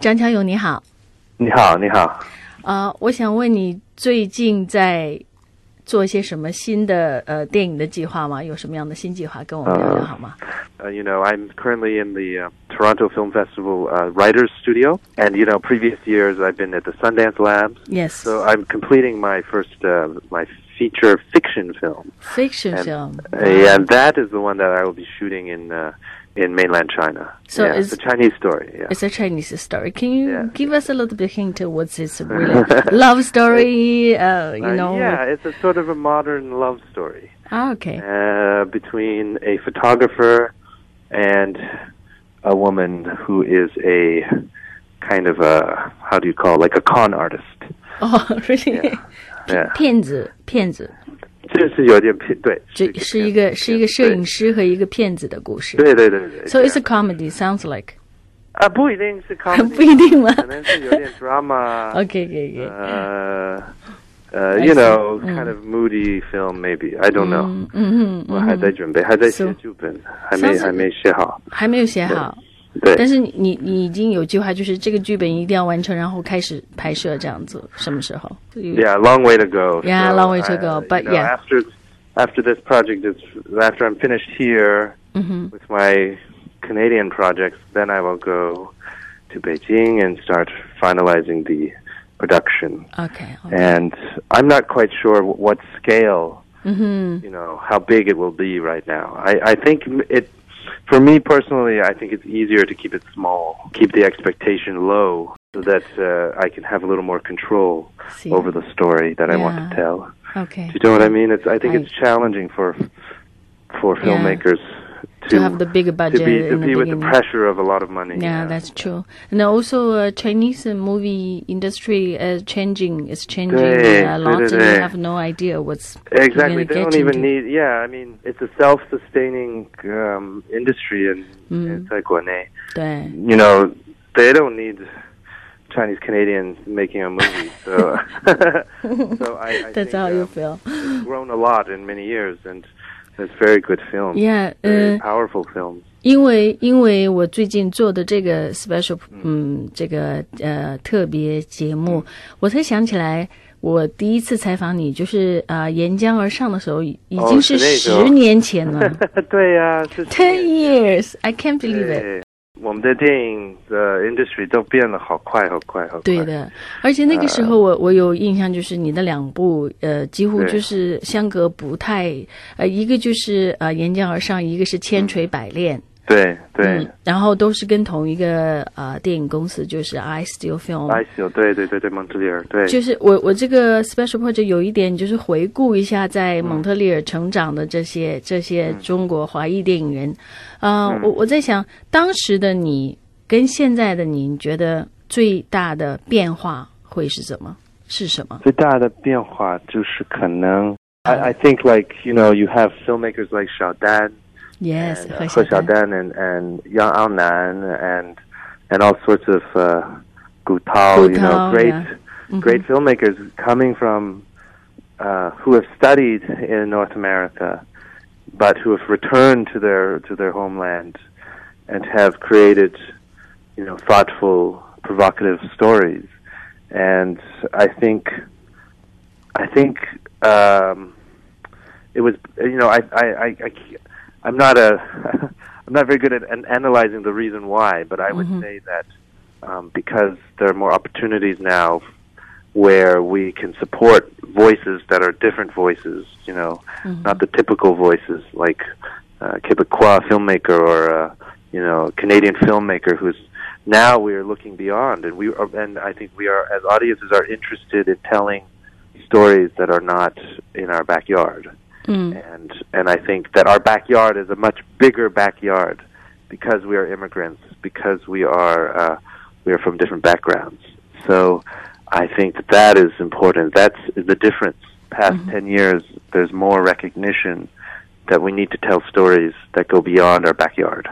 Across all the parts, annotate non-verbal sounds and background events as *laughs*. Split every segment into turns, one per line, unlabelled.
张强勇，你好。
你好，你好。
呃，我想问你最近在做一些什么新的呃电影的计划吗？有什么样的新计划跟我们聊聊好吗？
Uh, you know, I'm currently in the uh, Toronto Film Festival uh, Writers Studio, and you know, previous years I've been at the Sundance Labs.
yes.
So I'm completing my first uh, my feature fiction film,
Fiction
and, uh,
film.
and that is the one that I will be shooting in uh, in mainland China.
So
yeah,
is-
it's a Chinese story. Yeah.
It's a Chinese story. Can you
Yeah.
give us a little bit hint of what's this really *laughs* love story? Uh, you
Uh,
know.
yeah, it's a sort of a modern love story.
Ah, okay.
uh, between a photographer and a woman who is a kind of a how do you call it, like a con artist.
*laughs* Oh, really?
Yeah.
*laughs*
Yeah.
骗子，骗子， *laughs* 这是一个是一个摄影师和一个骗子的故事。
对对对对。
So it's a comedy. Sounds like
啊，不一定是
不一定吗
可能是有点 drama。
？OK，OK，OK、okay, okay.
呃。
I
Uh, you
see. Mm.
know,
嗯。
kind of moody film, maybe. I don't know.
嗯嗯嗯，So- Mm-hmm. 相信-
我还在准备，还在写剧本，还没还没写好。对，
还没有写好，但是你你你已经有计划，就是这个剧本一定要完成，然后开始拍摄，这样子什么时候
Yeah, long way to go.
Yeah,
So,
long way to
I- uh,
go,
you
but
know,
yeah.
after after this project is after I'm finished here
嗯哼
with my Canadian projects, then I will go to Beijing and start finalizing the production.
，OK，哦
And I'm not quite sure w- what scale,
嗯哼
you know, how big it will be right now. I I think m- it. For me personally, I think it's easier to keep it small, keep the expectation low, so that uh, I can have a little more control
，see
over the story that I want
Yeah.
to tell.
OK，
Do you know what I mean? It's I think
I-
it's challenging for for
Yeah.
filmmakers to
To have the big budget
to be to
in the
be with the
beginning.
pressure of a lot of money.
Yeah, that's true. And also, uh, Chinese uh, movie industry is changing. Is changing
They-
uh, a lot.
they-
and
they-
you have no idea what's
exactly.
You're gonna
They
get
don't even
into-
need. Yeah, I mean, it's a self-sustaining um, industry in, in
嗯，
Taekwondo.
对
You know, they don't need Chinese Canadians making a movie. So, *laughs* so I, I
，That's
think
how you
um,
feel.
it's grown a lot in many years, and there's very good films,
Yeah，嗯、
very powerful *laughs* films.
因为因为我最近做的这个 special，嗯，这个呃特别节
嗯
目，我才想起来，我第一次采访你，就是啊、呃沿江而上的时候，已已
哦
经是
是那时候
十年前了
*laughs* 对呀、啊，
，ten years，I can't believe it。
对 Uh, 我们的电影的 industry 都变得好快，好快，好快。呃
对的，而且那个时候我、我有印象，就是你的两部呃，几乎
对
就是相隔不太呃，一个就是呃沿江而上，一个是千锤百炼，
对嗯对
嗯，，然后都是跟同一个呃电影公司，就是 I Still Film。
艾希尔，对对对对，蒙特利尔，对，
就是我我这个 special project 有一点就是回顾一下在
嗯
蒙特利尔成长的这些、这些中国华裔电影人，呃，
嗯
我我在想当时的你跟现在的你，你觉得最大的变化会是什么？是什么？
最大的变化就是可能。I I think like you know you have filmmakers like 小丹
Yes，
and,
和
uh, 小
小丹。
丹 and and 杨傲南 and and all sorts of uh, 古涛
古
you know
涛
great
yeah. Mhm.
great filmmakers coming from uh, who have studied in North America, but who have returned to their to their homeland and have created, you know, thoughtful, provocative stories. And I think, I think um, it was you know I I I, I I'm not a *laughs* I'm not very good at an, analyzing the reason why, but I would
Mhm.
say that um, because there are more opportunities now where we can support voices that are different voices, you know,
Mhm.
not the typical voices like uh, Quebecois filmmaker or uh, you know Canadian filmmaker who's now we are looking beyond, and we are, and I think we are as audiences are interested in telling stories that are not in our backyard
嗯
and and I think that our backyard is a much bigger backyard because we are immigrants, because we are uh, we are from different backgrounds. So I think that that is important. That's the difference. Past ten years, there's more recognition that we need to tell stories that go beyond our backyard.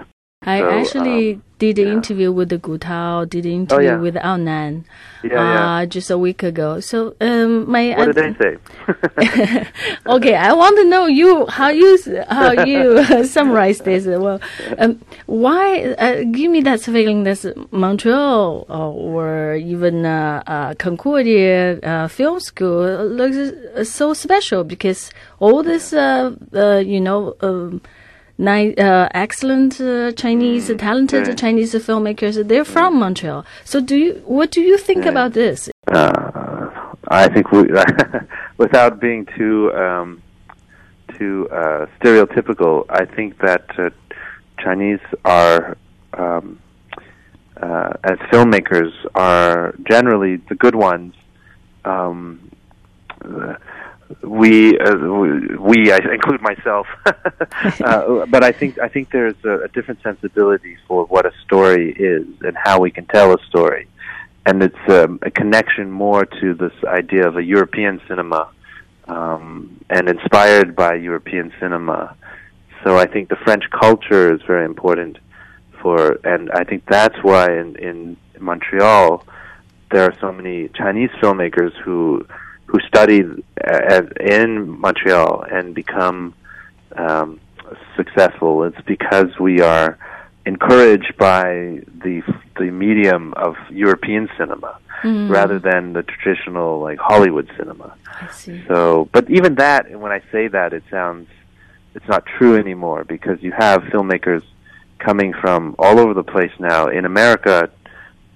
I
So,
actually
um,
did an
yeah. Oh,
interview with the Gutao, did an interview
yeah.
with Ao Nan
Yeah, yeah.
uh, just a week ago. So um, my
What did they say?
*laughs* okay, I want to know you how you how you
*laughs*
summarize this. Well, um, why uh, give me that feeling that Montreal uh, or even uh, uh, Concordia uh, Film School looks uh, so special because all this uh, uh, you know. Um, Ni- uh, excellent uh, Chinese, talented
Mm, right. Mm.
Chinese filmmakers. They're from Montreal. So, do you? What do you think about this?
uh, I think we, *laughs* without being too um, too uh, stereotypical, I think that uh, Chinese are um, uh, as filmmakers are generally the good ones. Um, uh, we, uh, we, we, I include myself, *laughs* uh, but I think I think there's a, a different sensibility for what a story is and how we can tell a story and it's um, a connection more to this idea of a European cinema um, and inspired by European cinema. So I think the French culture is very important for, and I think that's why in, in Montreal there are so many Chinese filmmakers who who study uh, at, in Montreal and become um, successful. It's because we are encouraged by the the medium of European cinema
Hmm.
rather than the traditional like Hollywood cinema.
Mm, I see.
So, but even that, when I say that, it sounds it's not true anymore because you have filmmakers coming from all over the place now in America.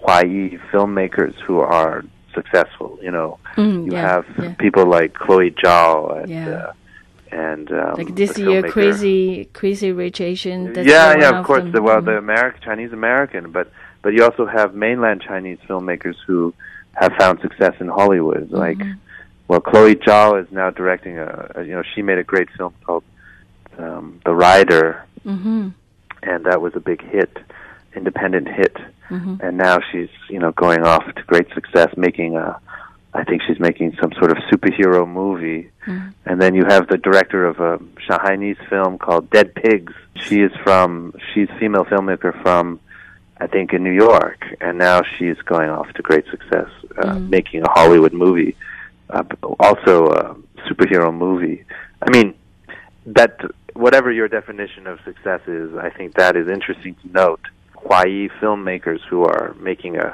Huai filmmakers who are successful, you know,
Mm,
you
yeah,
have
yeah.
people like Chloe Zhao and
Yeah.
uh, and um,
like this
the
year,
filmmaker-
crazy, crazy rich Asian. That's
yeah,
the one
yeah, of course.
them.
The, well,
Mhm.
the American Chinese American, but but you also have mainland Chinese filmmakers who have found success in Hollywood. Like, well, Chloe Zhao is now directing a, a you know she made a great film called um, The Rider,
Mhm.
and that was a big hit, independent hit.
mm-hmm.
And now she's you know going off to great success, making a, I think she's making some sort of superhero movie. And then you have the director of a Shanghainese film called Dead Pigs. She is from she's female filmmaker from, I think in New York, and now she's going off to great success, uh, making a Hollywood movie, uh, b- also a superhero movie. I mean, that whatever your definition of success is, I think that is interesting to note. Hawaii filmmakers who are making a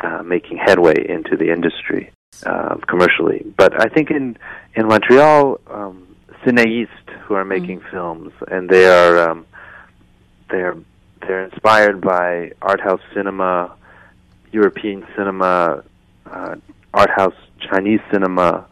uh, making headway into the industry uh, commercially, but I think in in Montreal, um, cineastes who are making films and they are um, they're they're inspired by art house cinema, European cinema, uh, art house Chinese cinema,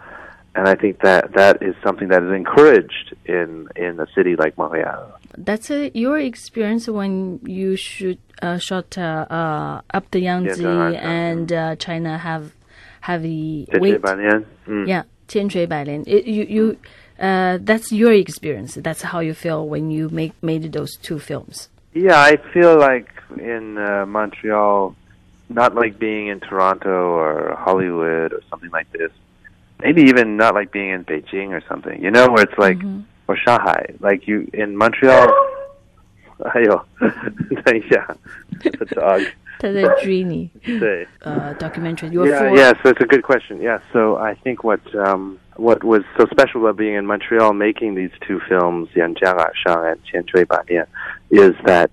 and I think that that is something that is encouraged in in a city like Montreal.
That's uh your experience when you shoot uh, shot uh, uh, up the Yangtze
Yangtze,
and uh, China have heavy
Did you
weight.
buy it? Mm.
Yeah, 千锤百炼. It- You you. Uh, that's your experience. That's how you feel when you make made those two films.
Yeah, I feel like in uh, Montreal, not like being in Toronto or Hollywood or something like this. Maybe even not like being in Beijing or something. You know, where it's like
Mm-hmm.
or Shanghai. Like you in Montreal. *laughs* Ayo, *laughs* 等一下，it's a dog.
他在追你,
Say.
uh, documentary. Your
yeah,
four-
yeah. So it's a good question. Yeah. So I think what um, what was so special about being in Montreal, making these two films, Yan Jiang Ar Shang and Qian Chui Ba Dian, is that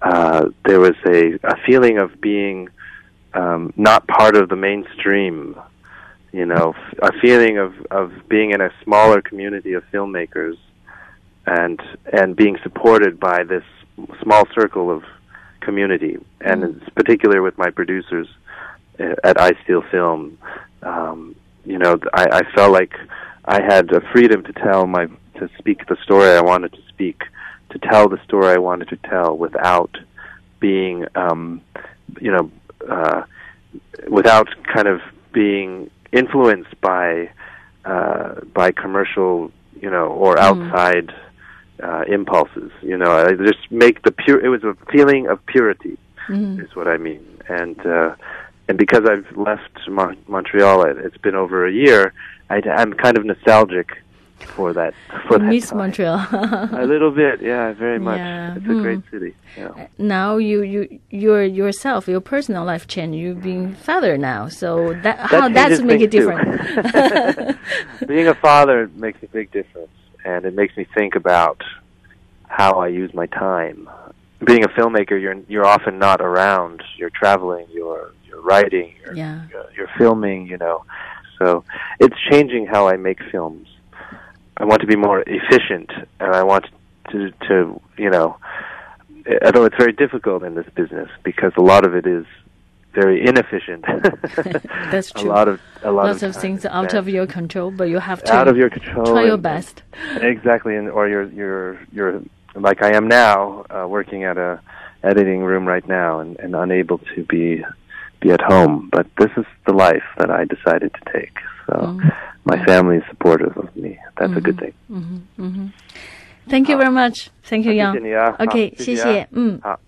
uh, there was a, a feeling of being um, not part of the mainstream. You know, f- a feeling of of being in a smaller community of filmmakers, and and being supported by this small circle of community, and in particular with my producers uh, at I Steal Film, um, you know, th- I, I felt like I had the freedom to tell my to speak the story I wanted to speak, to tell the story I wanted to tell without being, um, you know, uh, without kind of being influenced by uh, by commercial, you know, or outside uh, impulses. You know, I just make the pure. It was a feeling of purity,
Mm-hmm. Mm.
is what I mean. And uh, and because I've left Mon- Montreal, it- it's been over a year. I, I'm kind of nostalgic for that for that
Miss
time.
Montreal. *laughs*
A little bit, yeah, very much.
Yeah,
It's a
hmm.
great city. Yeah.
now you you your yourself your personal life changed. You've been father now, so that, how
changes
oh, that's make it
things, too. *laughs*
different.
Being a father makes a big difference, and it makes me think about how I use my time. Being a filmmaker, you're you're often not around. You're traveling. You're you're writing. You're
yeah,
you're, uh, you're filming. You know, so it's changing how I make films. I want to be more efficient, and I want to to you know. Although it's very difficult in this business because a lot of it is very inefficient. *laughs*
*laughs* That's
A
true.
lot of a lot
lots of
time
things
is
out
spent
of your control, but you have to
out of your control.
try your
and-
best.
Exactly, and or you're you're you're like I am now, uh, working at a editing room right now, and, and unable to be be at home. But this is the life that I decided to take. So
Mm.
my family is supportive of me. That's a good thing.
Mm-hmm,
Uh,
Thank you very much. Thank you, Yang.
谢谢你啊，好，
OK，
谢谢啊
谢谢，嗯。
好。